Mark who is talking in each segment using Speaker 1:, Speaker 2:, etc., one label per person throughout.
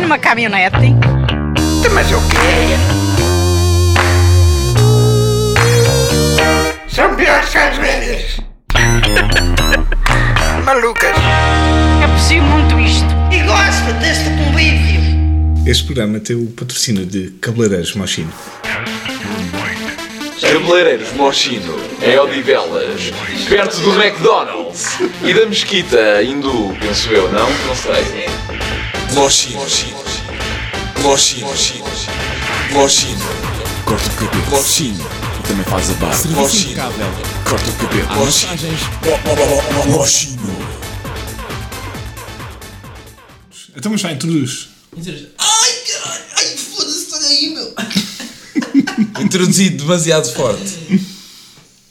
Speaker 1: numa caminhonete, hein?
Speaker 2: Mas eu queria. São piores que as velhas. Malucas.
Speaker 1: É possível muito isto.
Speaker 3: E gosto deste convívio.
Speaker 4: Este programa tem o patrocínio de Cabeleireiros Mochino.
Speaker 5: Cabeleireiros Moschino, em Odivelas, perto do McDonald's e da Mesquita Hindu, penso eu, não? Não sei. Moschino. Moschino. Moschino.
Speaker 6: Corta o cabelo.
Speaker 5: Moschino.
Speaker 6: Também faz a barba.
Speaker 5: Moschino.
Speaker 6: Corta o cabelo.
Speaker 5: Há massagens.
Speaker 6: Mochino.
Speaker 4: Então, mas já introduz.
Speaker 5: Introduzido demasiado forte.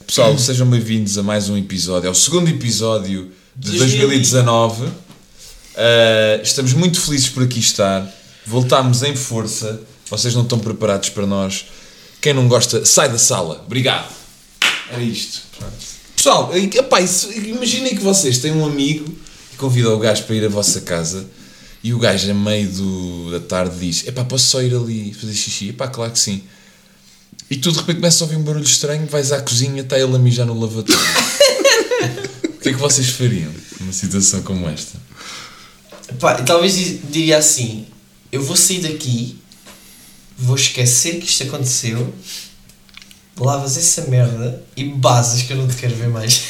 Speaker 5: Pessoal, sejam bem-vindos a mais um episódio. É o segundo episódio de 2019. Uh, estamos muito felizes por aqui estar. Voltámos em força. Vocês não estão preparados para nós. Quem não gosta, sai da sala. Obrigado. Era isto. Pessoal, e- epá, isso- imaginem que vocês têm um amigo que convida o gajo para ir à vossa casa e o gajo, a meio do- da tarde, diz: Epá, posso só ir ali fazer xixi? Epá, claro que sim. E tu de repente começas a ouvir um barulho estranho, vais à cozinha, está ele a mijar no lavatório. o que é que vocês fariam numa situação como esta?
Speaker 7: Pá, talvez di- diria assim: eu vou sair daqui, vou esquecer que isto aconteceu, lavas essa merda e basas que eu não te quero ver mais.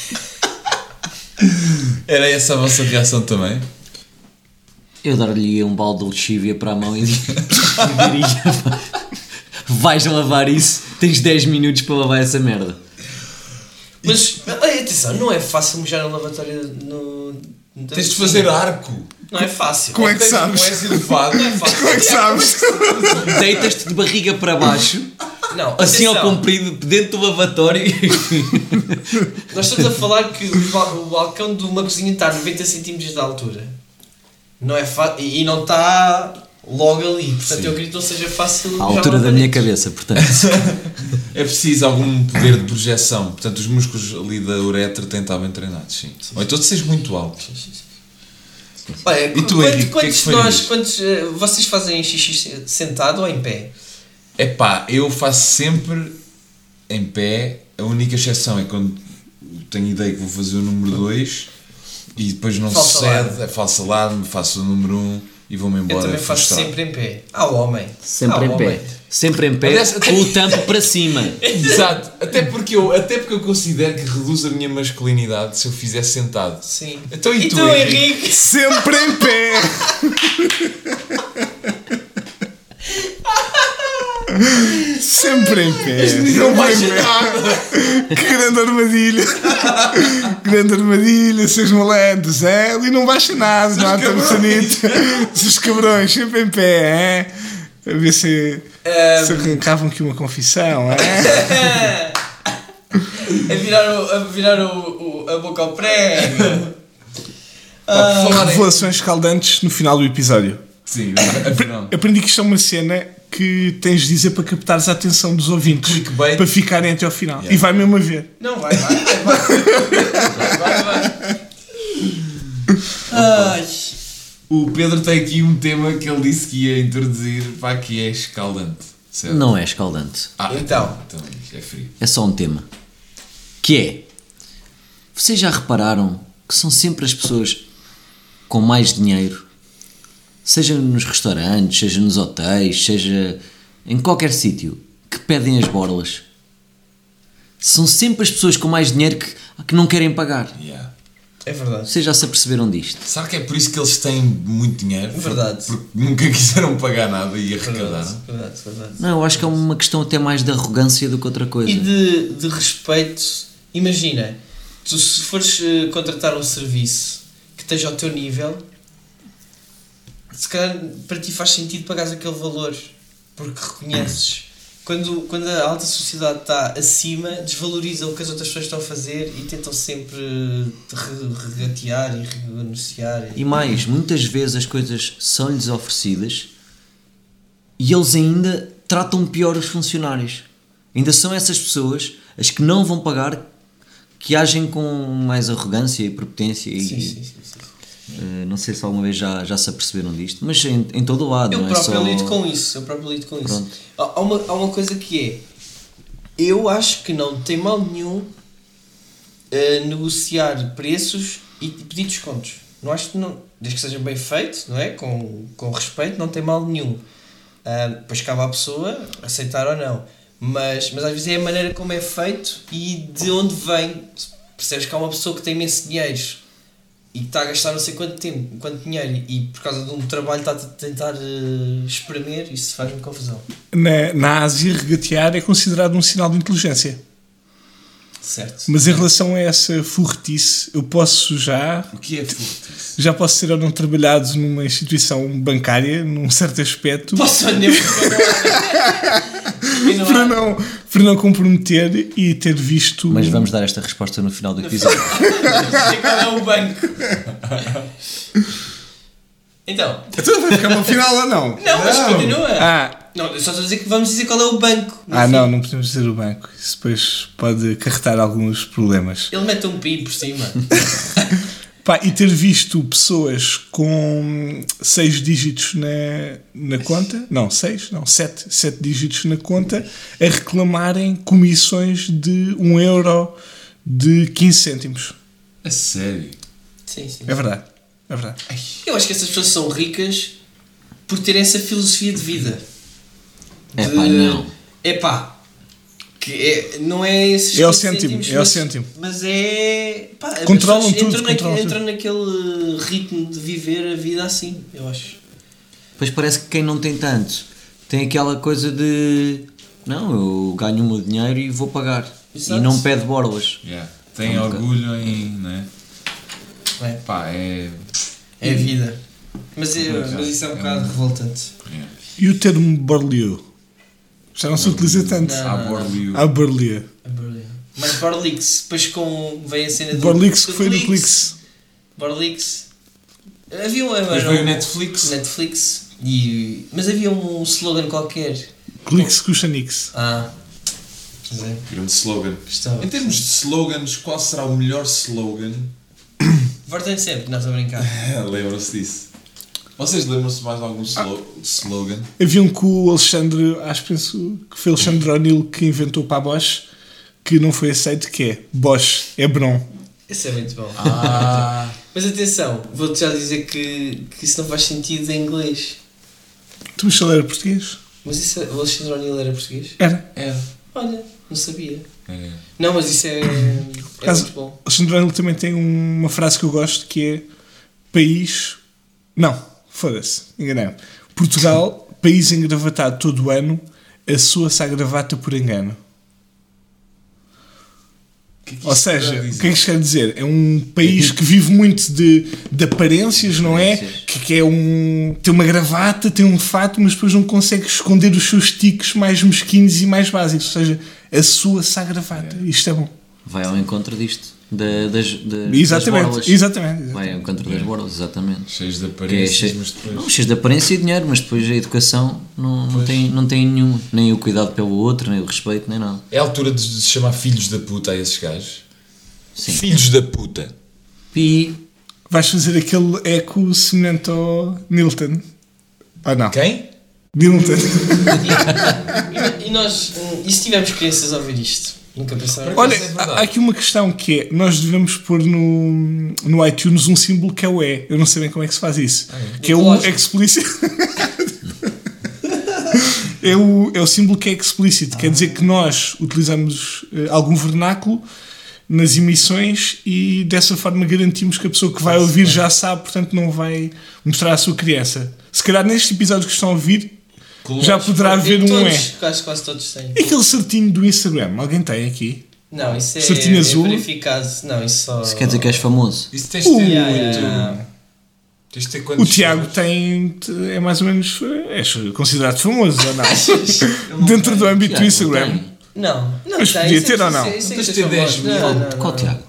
Speaker 5: Era essa a vossa reação também?
Speaker 8: Eu dar-lhe um balde de lexívia para a mão e diria: Vais lavar isso, tens 10 minutos para lavar essa merda.
Speaker 7: Mas, olha, atenção, não é fácil mijar no lavatório no. no-
Speaker 5: Tens de fazer arco!
Speaker 7: Não é fácil.
Speaker 4: Como é que
Speaker 5: Tens-
Speaker 4: sabes?
Speaker 5: Não és elevado.
Speaker 7: Não é fácil.
Speaker 4: Como é que sabes?
Speaker 8: Deitas-te de barriga para baixo,
Speaker 7: Não,
Speaker 8: assim ao
Speaker 7: atenção,
Speaker 8: comprido, dentro do lavatório.
Speaker 7: Nós estamos a falar que o ba- o balcão de uma cozinha está a 90 cm de altura. Não é fácil. E e não está logo ali. Portanto, eu acredito que não seja fácil.
Speaker 8: À
Speaker 7: mijar no
Speaker 8: altura da minha
Speaker 7: lavatório.
Speaker 8: cabeça, portanto.
Speaker 5: É preciso algum poder de projeção. Portanto, os músculos ali da uretra têm de estar bem treinados, sim. Ou então tu seres muito alto.
Speaker 7: Pá, é,
Speaker 5: tu,
Speaker 7: quanto-
Speaker 5: Henrique, o que é que
Speaker 7: quantos de
Speaker 5: farias?
Speaker 7: nós, quantos, eh, vocês fazem xixi se- sentado ou em pé?
Speaker 5: É pá, eu faço sempre em pé. A única exceção é quando tenho ideia que vou fazer o número 2 e depois não
Speaker 7: Falso
Speaker 5: sucede,
Speaker 7: alarme.
Speaker 5: é falso alarme, faço o número 1 um, e vou-me
Speaker 7: Eu
Speaker 5: embora.
Speaker 7: também faço
Speaker 5: frustrado.
Speaker 7: sempre em pé. Ao homem.
Speaker 8: Sempre
Speaker 7: Ao
Speaker 8: em pé.
Speaker 7: homem.
Speaker 8: Sempre em pé,
Speaker 5: Aliás, até-
Speaker 8: com o tampo para cima.
Speaker 5: Exato, até porque, eu, até porque eu considero que reduz a minha masculinidade se eu fizer sentado.
Speaker 7: Sim.
Speaker 5: Então e tu, Henrique?
Speaker 7: Henrique?
Speaker 4: Sempre em pé! Sempre em pé!
Speaker 5: Não vais nada.
Speaker 4: Que grande armadilha! grande armadilha, seus malandros, é? Ali não baixa nada, não há tanto sanito. Seus cabrões, sempre em pé, é? A ver se, se arrancavam aqui uma confissão, é?
Speaker 7: A virar, o, a, virar o, o- a boca ao prego. Ah,
Speaker 4: Revelações escaldantes no final do episódio.
Speaker 5: Sim, afinal.
Speaker 4: Aprendi que isto é uma cena que tens de dizer para captares a atenção dos ouvintes
Speaker 5: Clickbait.
Speaker 4: para ficarem até ao final.
Speaker 5: Yeah.
Speaker 4: E vai mesmo a ver.
Speaker 7: Não, vai, vai, vai. Vai, vai, vai. Ai,
Speaker 5: O Pedro tem aqui um tema que ele disse que ia introduzir, pá, que é escaldante. Certo?
Speaker 8: Não é escaldante.
Speaker 5: Ah,
Speaker 7: Então.
Speaker 5: então é frio.
Speaker 8: É só um tema. Que é. Vocês já repararam que são sempre as pessoas com mais dinheiro? Seja nos restaurantes, seja nos hotéis, seja em qualquer sítio, que pedem as borlas. São sempre as pessoas com mais dinheiro que, que não querem pagar.
Speaker 5: Yeah.
Speaker 7: é verdade.
Speaker 8: Vocês já se aperceberam disto?
Speaker 5: Será que é por isso que eles têm muito dinheiro?
Speaker 7: Verdade.
Speaker 5: Porque nunca quiseram pagar nada e
Speaker 7: Verdade,
Speaker 5: arrecadaram.
Speaker 7: verdade, verdade.
Speaker 8: Não, eu acho que é uma questão até mais de arrogância do que outra coisa.
Speaker 7: E de, de respeito, imagina, tu se fores eh, contratar um serviço que esteja ao teu nível, se calhar para ti faz sentido pagares aquele valor, porque reconheces. Quando, quando a alta sociedade está acima, desvaloriza o que as outras pessoas estão a fazer e tentam sempre eh, te re- regatear e renegociar.
Speaker 8: E mais, muitas vezes as coisas são-lhes oferecidas e eles ainda tratam pior os funcionários. Ainda são essas pessoas, as que não vão pagar, que agem com mais arrogância e prepotência. E,
Speaker 7: Sim, sim, sim, sim.
Speaker 8: Eh, não sei se alguma vez já, já se aperceberam disto, mas em, em todo o lado,
Speaker 7: Eu
Speaker 8: não é
Speaker 7: próprio
Speaker 8: só...
Speaker 7: lido com isso, eu próprio lido com isso.
Speaker 8: Pronto.
Speaker 7: Há há uma, há uma coisa que é, eu acho que não tem mal nenhum eh, negociar preços e pedir descontos. Não acho que não, desde que seja bem feito, não é? Com, com respeito, não tem mal nenhum. Ah, pois cabe à pessoa aceitar ou não. Mas, mas às vezes é a maneira como é feito e de onde vem. Percebes que há uma pessoa que tem imenso dinheiro e que está a gastar não sei quanto tempo, quanto dinheiro, e por causa de um trabalho está a tentar eh, espremer, isso faz-me confusão.
Speaker 4: Na, na Ásia, regatear é considerado um sinal de inteligência.
Speaker 7: Certo.
Speaker 4: Mas em relação a essa furtice, eu posso já
Speaker 5: O que é furtice?
Speaker 4: já posso ter ou não trabalhado numa instituição bancária, num certo aspecto,
Speaker 7: Posso andar E não é?
Speaker 4: para
Speaker 7: há-
Speaker 4: não, para não comprometer e ter visto.
Speaker 8: Mas vamos dar esta resposta no final do episódio.
Speaker 7: sei qual é o banco. Então,
Speaker 4: Então vai ficar no final ou não?
Speaker 7: não, mas continua.
Speaker 4: Ah,
Speaker 7: Não, eu só estou a dizer que vamos dizer qual é o banco. no
Speaker 4: ah
Speaker 7: fim.
Speaker 4: não, não podemos dizer o banco. Isso depois pode acarretar alguns problemas.
Speaker 7: Ele mete um pi por cima.
Speaker 4: Pá, e ter visto pessoas com seis dígitos na, na conta, não, seis, não, sete, sete dígitos na conta, a reclamarem comissões de um euro de 15 cêntimos.
Speaker 5: A É sério?
Speaker 7: sim, sim.
Speaker 4: É verdade, é verdade.
Speaker 7: Eu acho que essas pessoas são ricas por terem essa filosofia de vida.
Speaker 8: É pá, não.
Speaker 7: É pá. Que é, não é esses
Speaker 4: É o
Speaker 7: 15
Speaker 4: cêntimo,
Speaker 7: cêntimos,
Speaker 4: é o
Speaker 7: mas-
Speaker 4: cêntimo.
Speaker 7: Mas é. Pá, as
Speaker 4: Controlam
Speaker 7: pessoas
Speaker 4: tudo,
Speaker 7: entram, naque-
Speaker 4: controlam
Speaker 7: entram naquele ritmo de viver a vida assim, eu acho.
Speaker 8: Pois parece que quem não tem tanto tem aquela coisa de não, eu ganho o meu dinheiro e vou pagar.
Speaker 7: Exato.
Speaker 8: E não pede borlas.
Speaker 5: Yeah. Tem
Speaker 8: Nunca.
Speaker 5: orgulho em. Né?
Speaker 7: É.
Speaker 5: Pá, é.
Speaker 7: É
Speaker 8: Uhum.
Speaker 7: a vida. Mas, é-
Speaker 5: Pois é,
Speaker 7: mas isso é um
Speaker 5: é
Speaker 7: bocado
Speaker 5: um-
Speaker 7: revoltante.
Speaker 4: E o termo Borlio? Já não se utiliza tanto.
Speaker 7: Não.
Speaker 5: Há borlio.
Speaker 4: Ah, Borlio.
Speaker 7: É Berlim. Mas Borlix, depois com. vem a cena do.
Speaker 4: Borlix que
Speaker 7: do
Speaker 4: foi no Clix.
Speaker 7: Borlix. Havia um.
Speaker 5: Depois veio o Netflix.
Speaker 7: Netflix. E, mas havia um slogan qualquer.
Speaker 4: Clix custa nix.
Speaker 7: Ah. Então, Pois é.
Speaker 5: Grande slogan.
Speaker 7: Gostava.
Speaker 5: Em termos de slogans, qual será o melhor slogan?
Speaker 7: Voltem sempre, nós a brincar.
Speaker 5: Lembram-se disso. Vocês lembram-se mais de algum slo- slogan?
Speaker 4: Havia um que o Alexandre, ah, acho que penso que foi o Alexandre O'Neill que inventou para a Bosch, que não foi aceito, que é Bosch, é Bron.
Speaker 7: Isso é muito bom.
Speaker 5: Ah,
Speaker 7: Mas atenção, vou-te já dizer que, que isso não faz sentido em inglês.
Speaker 4: Tu mas ele era português?
Speaker 7: Mas isso, o Alexandre O'Neill era português?
Speaker 4: Era.
Speaker 5: é.
Speaker 7: Olha, não sabia.
Speaker 5: É.
Speaker 7: Não, mas isso é, é
Speaker 4: acaso-
Speaker 7: muito bom.
Speaker 4: Alexandre O'Neill também tem uma frase que eu gosto que é país. Não, foda-se, enganei Portugal, país engravatado todo ano, assoa-se à gravata por engano.
Speaker 5: O que é que
Speaker 4: Ou
Speaker 5: isto
Speaker 4: seja,
Speaker 5: quer
Speaker 4: o
Speaker 5: dizer?
Speaker 4: que é que isto quer dizer? É um país que vive muito de, de aparências, não é?
Speaker 8: Aparências.
Speaker 4: Que, que é um. tem uma gravata, tem um fato, mas depois não consegue esconder os seus tiques mais mesquinhos e mais básicos. Ou seja, a sua à gravata. Isto é bom.
Speaker 8: Vai ao encontro disto. da- das, das, das borlas.
Speaker 4: Exatamente, exatamente. exatamente.
Speaker 8: Vai ao encontro das borlas, exatamente.
Speaker 5: Cheios de
Speaker 8: Que é
Speaker 5: aparências,
Speaker 8: cheio,
Speaker 5: mas depois.
Speaker 8: não, cheio de aparência e dinheiro, mas depois a educação não, não, tem, não tem nenhuma. Nem o cuidado pelo outro, nem o respeito, nem nada.
Speaker 5: É a altura de se chamar filhos da puta a esses gajos?
Speaker 8: Sim.
Speaker 5: Filhos da puta.
Speaker 8: Pi.
Speaker 4: Vais fazer aquele eco semelhante ao Nilton. Ah, não.
Speaker 5: Quem?
Speaker 4: Nilton.
Speaker 7: E, e nós, hum, e se tivermos crianças a ouvir isto? Nunca pensaram?
Speaker 4: Olha,
Speaker 5: Isso é verdade.
Speaker 4: há há aqui uma questão que é: nós devemos pôr no, no iTunes um símbolo que é o E. Eu não sei bem como é que se faz isso.
Speaker 5: Ah,
Speaker 4: Que é o
Speaker 7: Ecológico.
Speaker 4: explícito. é, o, é o símbolo que é explícito. Quer dizer que nós utilizamos eh, algum vernáculo nas emissões e dessa forma garantimos que a pessoa que vai ouvir já sabe, portanto não vai mostrar à sua criança. Se calhar nestes episódios que estão a ouvir. Já poderá haver
Speaker 7: todos,
Speaker 4: um E.
Speaker 7: Quase, quase todos têm.
Speaker 4: E aquele certinho do Instagram? Alguém tem aqui?
Speaker 7: Não, isso é,
Speaker 4: Certinho
Speaker 7: é
Speaker 4: azul?
Speaker 7: verificado. Não, isso só.
Speaker 8: Isso quer dizer que é és famoso.
Speaker 5: Isso tens de
Speaker 4: Uh,
Speaker 5: ter
Speaker 7: Yeah,
Speaker 5: muito.
Speaker 7: yeah, yeah.
Speaker 5: Tens de ter
Speaker 4: O
Speaker 5: quantos
Speaker 4: Tiago
Speaker 5: seguidores?
Speaker 4: tem. É mais ou menos. É considerado famoso ou não? Dentro do âmbito do
Speaker 8: Tiago,
Speaker 4: Instagram.
Speaker 8: não tem.
Speaker 7: Não, não
Speaker 4: Mas
Speaker 7: tem,
Speaker 4: podia
Speaker 7: isso é
Speaker 4: ter ou
Speaker 7: preciso-
Speaker 4: não?
Speaker 7: isso é
Speaker 5: Tens de
Speaker 7: que
Speaker 5: ter
Speaker 7: é
Speaker 5: 10
Speaker 7: famoso.
Speaker 5: mil.
Speaker 7: Não, não,
Speaker 8: Qual
Speaker 7: não.
Speaker 8: Tiago?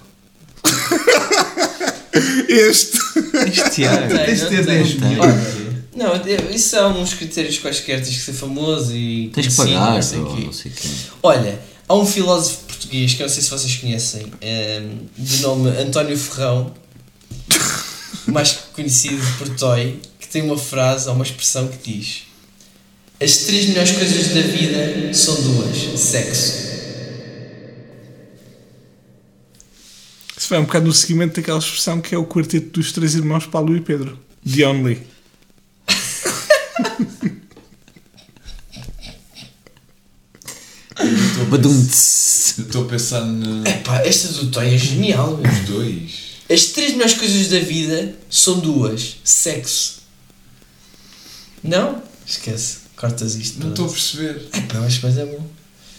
Speaker 4: Este.
Speaker 8: Este
Speaker 7: Não
Speaker 8: Tiago.
Speaker 7: tem,
Speaker 5: Tens de
Speaker 7: não
Speaker 5: ter
Speaker 7: tem.
Speaker 5: 10 mil.
Speaker 7: Não, eu- isso há uns critérios quaisquer, tens que ser famoso e.
Speaker 8: Tens que
Speaker 7: conhecido,
Speaker 8: pagar,
Speaker 7: não sei o
Speaker 8: ou
Speaker 7: quê.
Speaker 8: não sei o quê.
Speaker 7: Olha, há um filósofo português que eu não sei se vocês conhecem, ehm, de nome António Ferrão. mais conhecido por Toy, que tem uma frase ou uma expressão que diz: As três melhores coisas da vida são duas: sexo.
Speaker 4: Isso vai um bocado no seguimento daquela expressão que é o quarteto dos três irmãos Paulo e Pedro. The Only.
Speaker 8: Badum.
Speaker 5: Eu Estou a pensar nos
Speaker 7: Epá, esta do Toy é genial. meu.
Speaker 5: dois.
Speaker 7: As três melhores coisas da vida são duas: sexo. Não? Esquece. Cortas isto.
Speaker 5: Não estou a perceber.
Speaker 7: Epá, mas, mas é bom.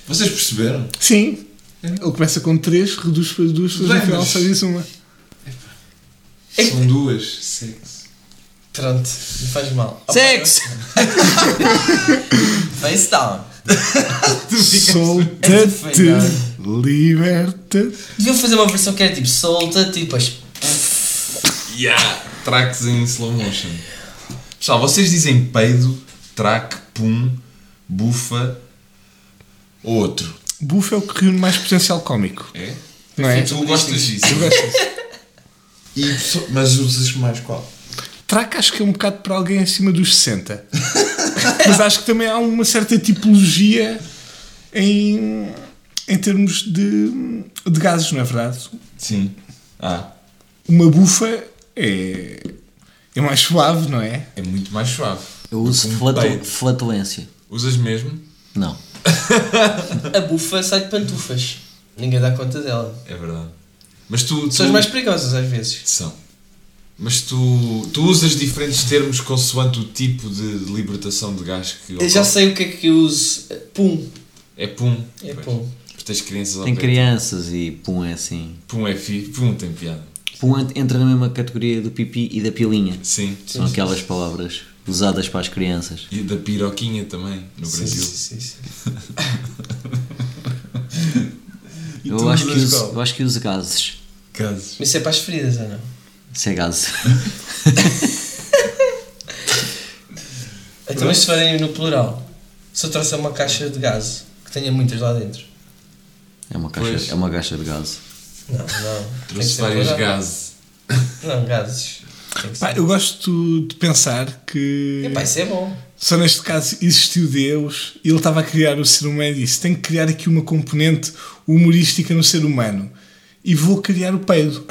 Speaker 5: Vocês perceberam?
Speaker 4: Sim. Ele começa com três, reduz para duas, depois no
Speaker 5: Bem,
Speaker 4: final
Speaker 5: mas-
Speaker 4: só diz uma.
Speaker 5: São duas. É Sexo.
Speaker 7: Pronto, não faz mal. Opa,
Speaker 8: Sexo!
Speaker 7: Face down.
Speaker 4: Solta-te, liberta-te.
Speaker 7: Deviam fazer uma versão que era tipo solta-te e depois.
Speaker 5: Yeah! Tracks em slow motion. Pessoal, vocês dizem peido, track, pum, bufa, outro.
Speaker 4: Buff é o que reúne mais potencial cómico.
Speaker 5: É?
Speaker 4: Não é?
Speaker 5: Tu gostas disso?
Speaker 4: Eu gosto disso.
Speaker 5: E, pessoa- mas usas mais qual?
Speaker 4: Traca acho que é um bocado para alguém acima dos 60. Mas acho que também há uma certa tipologia em, em termos de, de gases, não é verdade?
Speaker 5: Sim. Ah,
Speaker 4: Uma bufa é, é mais suave, não é?
Speaker 5: é muito mais suave.
Speaker 8: Eu uso
Speaker 5: Com um
Speaker 8: flatu-
Speaker 5: peido.
Speaker 8: flatulência.
Speaker 5: Usas mesmo?
Speaker 8: Não.
Speaker 7: A bufa sai de pantufas. Ninguém dá conta dela.
Speaker 5: É verdade. Mas tu.
Speaker 7: São as
Speaker 5: tu-
Speaker 7: mais perigosas às vezes.
Speaker 5: São. Mas tu, tu usas diferentes termos consoante o tipo de libertação de gás que
Speaker 7: Eu já sei o que é que eu uso. Pum.
Speaker 5: É pum.
Speaker 7: É
Speaker 5: Pois.
Speaker 7: pum.
Speaker 5: Porque tens crianças ao
Speaker 8: Tem
Speaker 5: pé.
Speaker 8: crianças e pum é assim.
Speaker 5: Pum é fi. Pum tem piada.
Speaker 8: Pum ent- entra na mesma categoria do pipi e da pilinha.
Speaker 5: Sim.
Speaker 8: São aquelas palavras usadas para as crianças.
Speaker 5: E da piroquinha também, no Brasil.
Speaker 7: Sim, sim, sim.
Speaker 5: E
Speaker 8: Eu
Speaker 5: tu
Speaker 8: acho, que
Speaker 5: usas
Speaker 8: uso,
Speaker 5: qual?
Speaker 8: eu acho que uso gases.
Speaker 5: Gases.
Speaker 7: Mas isso é para as feridas ou não?
Speaker 8: Isso é gás.
Speaker 7: Então, mas se forem no plural, se eu trouxer uma caixa de gás que tenha muitas lá dentro.
Speaker 8: É uma caixa,
Speaker 5: Pois.
Speaker 8: é uma caixa de gás.
Speaker 7: Não, não. Tem que
Speaker 5: Trouxe
Speaker 7: ser
Speaker 5: várias
Speaker 7: plural.
Speaker 5: gases.
Speaker 7: Não, gases. Tem que
Speaker 4: Pá,
Speaker 7: ser.
Speaker 4: eu gosto de pensar que
Speaker 7: Epá, isso é bom.
Speaker 4: só neste caso existiu Deus e ele estava a criar o ser humano e disse: tenho que criar aqui uma componente humorística no ser humano. E vou criar o peido.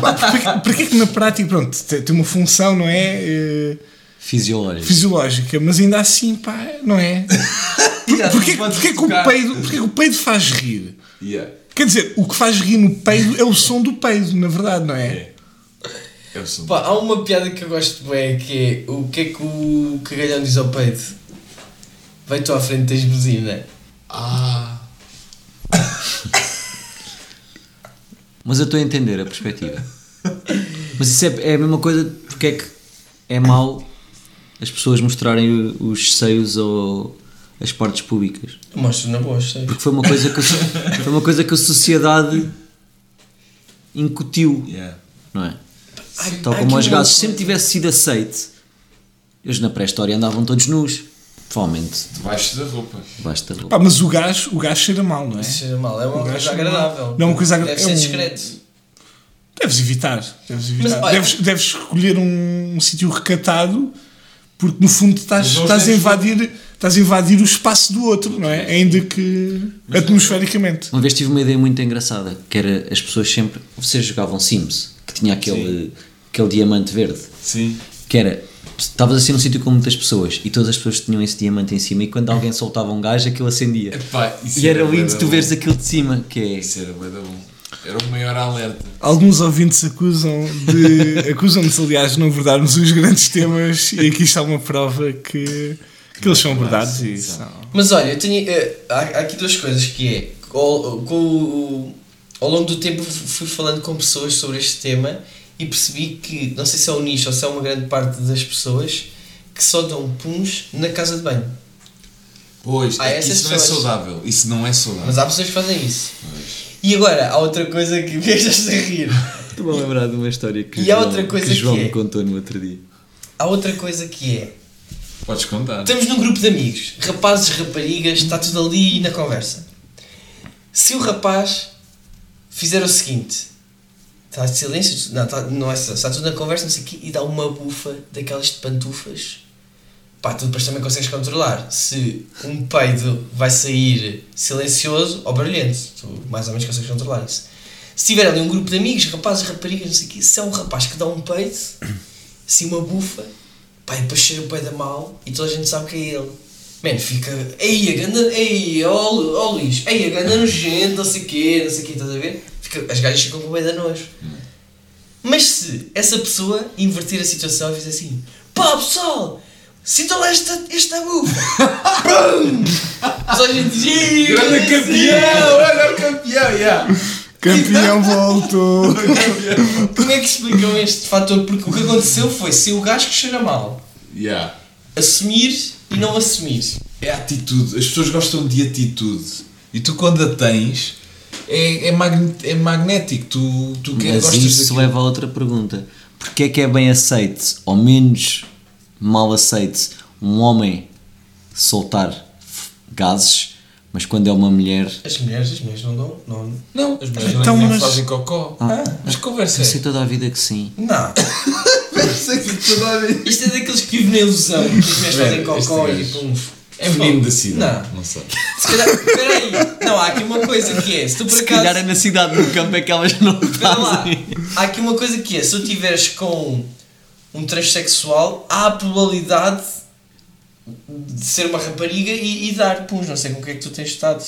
Speaker 4: Pá, porque, porque é que na prática, pronto, tem tem uma função, não é? eh,
Speaker 8: Fisiológico.
Speaker 4: fisiológica, mas ainda assim, pá, não é? Por- Porquê, porquê, que o peido, porquê que o peido faz rir?
Speaker 5: Yeah.
Speaker 4: Quer dizer, o que faz rir no peido é o som do peido, na verdade, não é?
Speaker 5: É. É o som.
Speaker 7: Pá, há uma piada que eu gosto bem que é o que é que o cagalhão diz ao peito? Vai tu à frente tens buzina.
Speaker 8: Mas eu estou a entender a perspectiva. Mas isso é, é a mesma coisa de porque é que é mau as pessoas mostrarem o- os seios ou as partes públicas.
Speaker 7: Eu Mostro na boa, sei.
Speaker 8: Porque foi uma coisa que, a so- foi uma coisa que a sociedade incutiu,
Speaker 5: Yeah.
Speaker 8: não é?
Speaker 7: Ai,
Speaker 8: Tal
Speaker 7: ai,
Speaker 8: como
Speaker 7: que
Speaker 8: os
Speaker 7: bom.
Speaker 8: gases, se sempre tivesse sido aceite, eles na pré-história andavam todos nus. Provavelmente
Speaker 5: Debaixo da roupa.
Speaker 8: debaixo da roupa.
Speaker 4: Pá, mas o gás, o gás cheira mal, não é?
Speaker 7: Isso é mal, é uma
Speaker 4: gajo
Speaker 7: coisa
Speaker 4: é mau.
Speaker 7: agradável.
Speaker 4: Não, uma coisa agra-
Speaker 7: Deve
Speaker 4: é
Speaker 7: ser
Speaker 4: um-
Speaker 7: discreto.
Speaker 4: Deves evitar, deves evitar.
Speaker 7: olha-
Speaker 4: deves, deves escolher um, um sítio recatado, porque no fundo estás,
Speaker 5: Mas não
Speaker 4: estás, a
Speaker 5: deves-
Speaker 4: invadir, estás a invadir o espaço do outro, não é? Ainda que atmosfericamente.
Speaker 8: Uma vez tive uma ideia muito engraçada, que era as pessoas sempre. Vocês jogavam Sims, que tinha aquele, aquele diamante verde.
Speaker 5: Sim.
Speaker 8: Que era. Estavas assim num sítio com muitas pessoas e todas as pessoas tinham esse diamante em cima e quando alguém soltava um gajo aquilo acendia.
Speaker 5: Epá, isso é
Speaker 8: e era
Speaker 5: bué
Speaker 8: lindo
Speaker 5: da
Speaker 8: tu
Speaker 5: bom.
Speaker 8: veres aquilo de cima, que é.
Speaker 5: Isso era bué da bom. Era o maior alerta.
Speaker 4: Alguns ouvintes acusam de. acusam-nos, aliás, de não abordarmos os grandes temas e aqui está uma prova que, que eles são verdades e são.
Speaker 7: Mas olha, eu tenho. eh, há, há aqui duas coisas que é. Ao, com o- ao longo do tempo f- fui falando com pessoas sobre este tema e percebi que, não sei se é um nicho ou se é uma grande parte das pessoas, que só dão puns na casa de banho.
Speaker 5: Pois,
Speaker 7: Ah,
Speaker 5: é que
Speaker 7: essas
Speaker 5: isso não é
Speaker 7: pessoas.
Speaker 5: saudável. Isso não é saudável.
Speaker 7: Mas há pessoas que fazem isso. E agora, há outra coisa que me deixas a rir.
Speaker 8: Estou-me a lembrar de uma história que
Speaker 7: E há
Speaker 8: João,
Speaker 7: outra coisa
Speaker 8: que João
Speaker 7: que é-
Speaker 8: me contou no outro dia.
Speaker 7: Há outra coisa que é.
Speaker 5: Podes contar.
Speaker 7: Estamos num grupo de amigos, rapazes, raparigas, está tudo ali na conversa. Se o rapaz fizer o seguinte: Está de silêncio, não, está, não é, está tudo na conversa, não sei o quê, e dá uma bufa daquelas de pantufas. Pá, tu depois também consegues controlar se um peido vai sair silencioso ou barulhento. Tu mais ou menos consegues controlar isso. Se tiver ali um grupo de amigos, rapazes, raparigas, não sei o quê, se é um rapaz que dá um peido, assim uma bufa, pá, e depois cheira o peido a mal e toda a gente sabe que é ele. Mano, fica. Ei, a ganda. Ei, ó Lu- ó Luís, ei, a ganda nojento, não sei o quê, não sei o quê, estás a ver? Fica, as gajas ficam com medo da nojo. Mas se essa pessoa inverter a situação e fizer assim: pá, pessoal, sintam lá esta, esta bufa. BUM! Só a gente diz: "Ei,
Speaker 5: Olha
Speaker 7: grande
Speaker 5: campeão! Olha o campeão! Yeah.
Speaker 4: Campeão voltou.
Speaker 7: Como é que explicam este fator? Porque o que aconteceu foi ser o gajo que cheira mal,
Speaker 5: Yeah.
Speaker 7: assumir e não assumir.
Speaker 5: É a atitude. As pessoas gostam de atitude. E tu, quando a tens, é, é, magne- é magnético. Tu, tu queres,
Speaker 8: Mas
Speaker 5: gostas
Speaker 8: isso
Speaker 5: daquilo.
Speaker 8: leva a outra pergunta. Porquê é que é bem aceite, ou menos mal aceite, um homem soltar f- gases, mas quando é uma mulher...
Speaker 7: As mulheres, as mulheres não dão. Não.
Speaker 5: Não, as mulheres
Speaker 4: Então,
Speaker 5: não
Speaker 4: mas-
Speaker 5: fazem cocó.
Speaker 8: Ah,
Speaker 5: mas conversa
Speaker 8: Eu sei
Speaker 5: é.
Speaker 8: toda a vida que sim.
Speaker 7: não.
Speaker 5: Isto
Speaker 7: Isto é daqueles que vivem na ilusão, que as mulheres fazem
Speaker 5: Velho, este
Speaker 7: cocó e
Speaker 5: gajo.
Speaker 7: pum.
Speaker 5: É menino da cidade.
Speaker 7: Não.
Speaker 5: Não sei.
Speaker 7: Se calhar, peraí, não, há aqui uma coisa que é, se tu por
Speaker 8: Se
Speaker 7: acaso...
Speaker 8: calhar é na cidade do campo é que elas não
Speaker 7: Espera lá,
Speaker 8: fazem.
Speaker 7: há aqui uma coisa que é, se tu tiveres com um transexual, há a probabilidade de ser uma rapariga e, e dar puns, não sei com o que é que tu tens estado.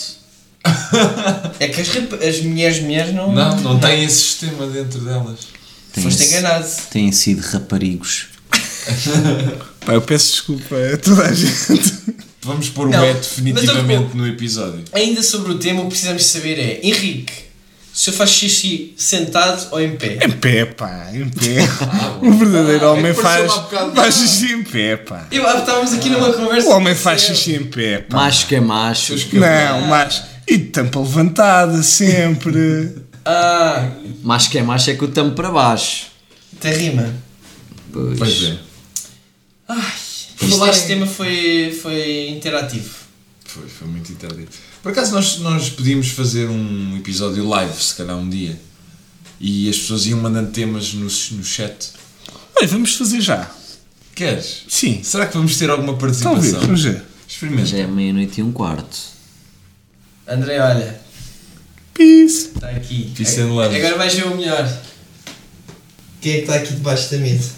Speaker 7: é que as, rap- as mulheres, mulheres não...
Speaker 5: Não, não tem esse sistema dentro delas.
Speaker 8: Tem
Speaker 7: Foste
Speaker 8: esse-
Speaker 7: enganado.
Speaker 8: Têm sido raparigos.
Speaker 4: Pá, eu peço desculpa a toda a gente.
Speaker 5: Vamos pôr o
Speaker 7: Não,
Speaker 5: é
Speaker 7: mas
Speaker 5: definitivamente no episódio.
Speaker 7: Ainda sobre o tema, o que precisamos saber é, Henrique, se eu faço xixi sentado ou em pé?
Speaker 4: Em pé, pá, em pé. O verdadeiro homem faz, faz xixi em pé, pá.
Speaker 7: Eu, ah, estávamos aqui numa conversa...
Speaker 4: O homem faz
Speaker 7: séria.
Speaker 4: xixi em pé, pá.
Speaker 8: Macho que é macho.
Speaker 4: Não, mas. E de tampa levantada, sempre.
Speaker 7: Ah,
Speaker 8: Macho que é macho é que o tamo para baixo.
Speaker 7: até rima.
Speaker 8: Pois.
Speaker 5: Pois é.
Speaker 7: Este,
Speaker 4: é.
Speaker 5: Falar em-
Speaker 7: este tema foi, foi interativo.
Speaker 5: Foi, foi muito interdito. Por acaso nós, nós podíamos fazer um episódio live, se calhar um dia. E as pessoas iam mandando temas no, no chat.
Speaker 4: Olha, vamos fazer já.
Speaker 5: Queres?
Speaker 4: Sim.
Speaker 5: Será que vamos ter alguma
Speaker 4: Talvez,
Speaker 5: participação?
Speaker 4: vamos ver.
Speaker 5: Experimenta.
Speaker 8: Já é meia-noite e um quarto.
Speaker 7: André, olha,
Speaker 4: Peace.
Speaker 7: está Tá aqui.
Speaker 5: Peace and love.
Speaker 7: Agora vais ver o melhor. Quem é que está aqui debaixo da mesa?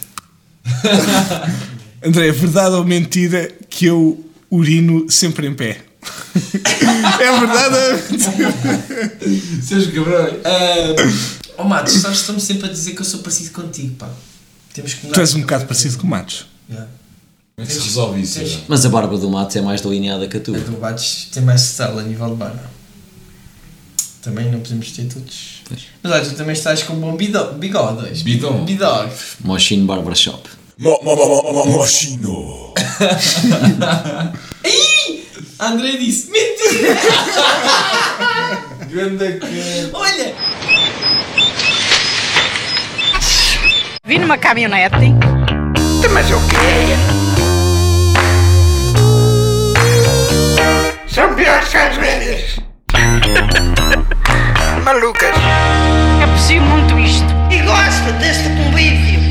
Speaker 4: André, é verdade ou mentira que eu urino sempre em pé? é verdade ou mentira?
Speaker 5: Seus cabrões.
Speaker 7: oh Matos, sabes que estão-me sempre a dizer que eu sou parecido contigo, pá. Temos que mudar.
Speaker 4: Tu és um bocado parecido com o Matos.
Speaker 7: Yeah.
Speaker 5: Como é que se resolve isso?
Speaker 7: Tens-
Speaker 5: Ana?
Speaker 8: Mas a barba do mato é mais delineada que a tua.
Speaker 7: A do Então, Matos tem mais style a nível de barba. Também não podemos ter todos. Mas olha, tu também estás com um bom bido- bigode hoje.
Speaker 5: Bidon.
Speaker 7: Bigode.
Speaker 8: Mochino Barbershop.
Speaker 6: Mo- mo- mo- mo- Moschino.
Speaker 7: Ih! André disse: Mentira!
Speaker 4: é.
Speaker 7: Olha!
Speaker 1: Vim numa caminhonete.
Speaker 2: Mas eu queria. São piores que as velhas. Malucas.
Speaker 1: É possível muito isto.
Speaker 3: E gosta deste convívio.